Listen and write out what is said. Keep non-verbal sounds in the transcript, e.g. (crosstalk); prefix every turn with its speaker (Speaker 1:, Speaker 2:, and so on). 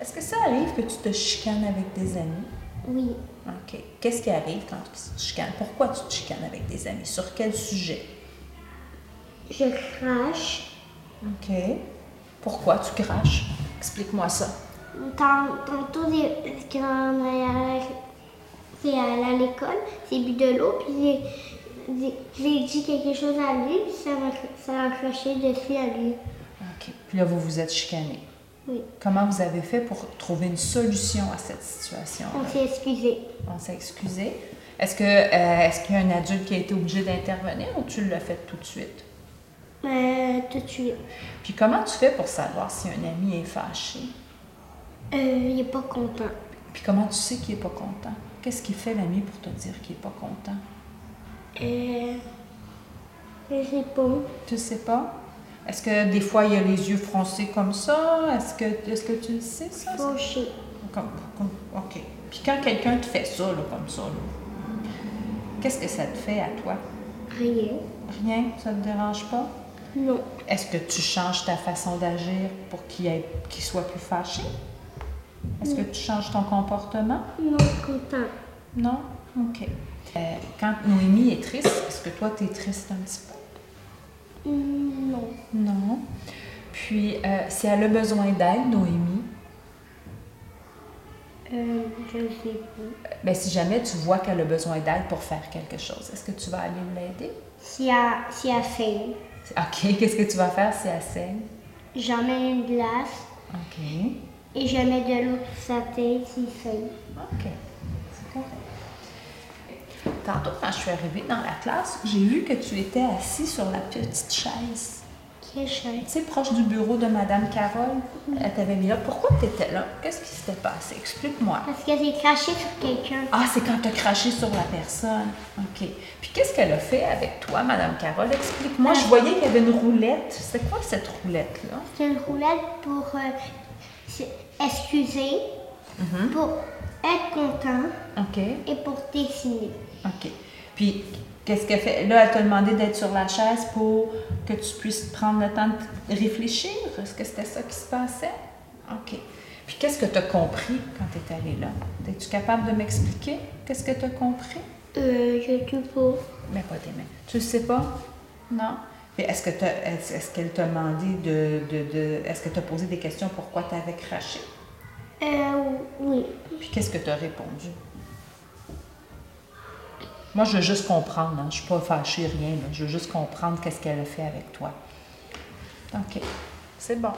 Speaker 1: Est-ce que ça arrive que tu te chicanes avec des amis?
Speaker 2: Oui.
Speaker 1: OK. Qu'est-ce qui arrive quand tu te chicanes? Pourquoi tu te chicanes avec des amis? Sur quel sujet?
Speaker 2: Je crache.
Speaker 1: OK. Pourquoi tu craches? Explique-moi ça.
Speaker 2: Tant- Tantôt, c'est- quand on est à la- c'est à la- à l'école, j'ai bu de l'eau, puis j'ai- j'ai j'ai dit quelque chose à lui, puis ça m'a ça a craché dessus à lui.
Speaker 1: OK. Puis là, vous vous êtes chicané.
Speaker 2: Oui.
Speaker 1: Comment vous avez fait pour trouver une solution à cette situation?
Speaker 2: On s'est excusé.
Speaker 1: On s'est excusé. Est-ce que euh, est-ce qu'il y a un adulte qui a été obligé d'intervenir ou tu l'as fait tout de suite?
Speaker 2: Euh, tout de suite.
Speaker 1: Puis comment tu fais pour savoir si un ami est fâché?
Speaker 2: Euh, il est pas content.
Speaker 1: Puis comment tu sais qu'il est pas content? Qu'est-ce qu'il fait l'ami pour te dire qu'il est pas content?
Speaker 2: Euh, je sais pas.
Speaker 1: Tu sais pas? Est-ce que des fois il a les yeux froncés comme ça? Est-ce que est-ce que tu le sais ça?
Speaker 2: Fauché.
Speaker 1: Comme- comme- OK. Puis quand quelqu'un te fait ça là, comme ça, là, qu'est-ce que ça te fait à toi?
Speaker 2: Rien.
Speaker 1: Rien, ça te dérange pas?
Speaker 2: Non.
Speaker 1: Est-ce que tu changes ta façon d'agir pour qu'il ait- qu'il soit plus fâché? Est-ce que tu changes ton comportement?
Speaker 2: Non, content.
Speaker 1: Non? OK. Euh, quand Noémie est triste, est-ce que toi, tu es triste un petit peu?
Speaker 2: Hum, Non.
Speaker 1: Non. Puis, euh, si elle a besoin d'aide, Noémie,
Speaker 2: Euh, je sais pas.
Speaker 1: ben, si jamais tu vois qu'elle a besoin d'aide pour faire quelque chose, est-ce que tu vas aller l'aider?
Speaker 2: Si elle, si elle fait,
Speaker 1: OK. (laughs) Qu'est-ce que tu vas faire si elle saigne?
Speaker 2: j'en mets une glace
Speaker 1: OK.
Speaker 2: et je mets de l'eau sur sa tête s'il fait.
Speaker 1: OK. C'est correct. Tantôt, quand je suis arrivée dans la classe, j'ai vu que tu étais assis sur la petite chaise.
Speaker 2: Quelle
Speaker 1: Tu
Speaker 2: chance.
Speaker 1: sais, proche du bureau de Madame Carole. Elle t'avait mis là. Pourquoi tu étais là? Qu'est-ce qui s'était passé? Explique-moi.
Speaker 2: Parce que j'ai craché sur quelqu'un.
Speaker 1: Ah, c'est quand tu as craché sur la personne. OK. Puis qu'est-ce qu'elle a fait avec toi, Madame Carole? Explique-moi. Je voyais qu'il y avait une roulette. C'est quoi cette roulette-là?
Speaker 2: C'est une roulette pour euh, s- excuser, pour être content
Speaker 1: OK.
Speaker 2: et pour dessiner.
Speaker 1: OK. Puis, qu'est-ce qu'elle fait? Là, elle t'a demandé d'être sur la chaise pour que tu puisses prendre le temps de réfléchir. Est-ce que c'était ça qui se passait? OK. Puis, qu'est-ce que tu as compris quand tu es allée là? Es-tu capable de m'expliquer? Qu'est-ce que tu as compris?
Speaker 2: Euh, je suis pour.
Speaker 1: Mais pas tes mains. Tu le sais pas? Non? Puis est-ce que t'as- est-ce est-ce qu'elle t'a demandé de. de- de- est-ce que tu as posé des questions pourquoi tu avais craché?
Speaker 2: Euh, oui.
Speaker 1: Puis qu'est-ce que tu as répondu? Moi, je veux juste comprendre. Hein. Je suis pas fâchée, rien. là. Je veux juste comprendre qu'est-ce qu'elle a fait avec toi. OK. C'est bon.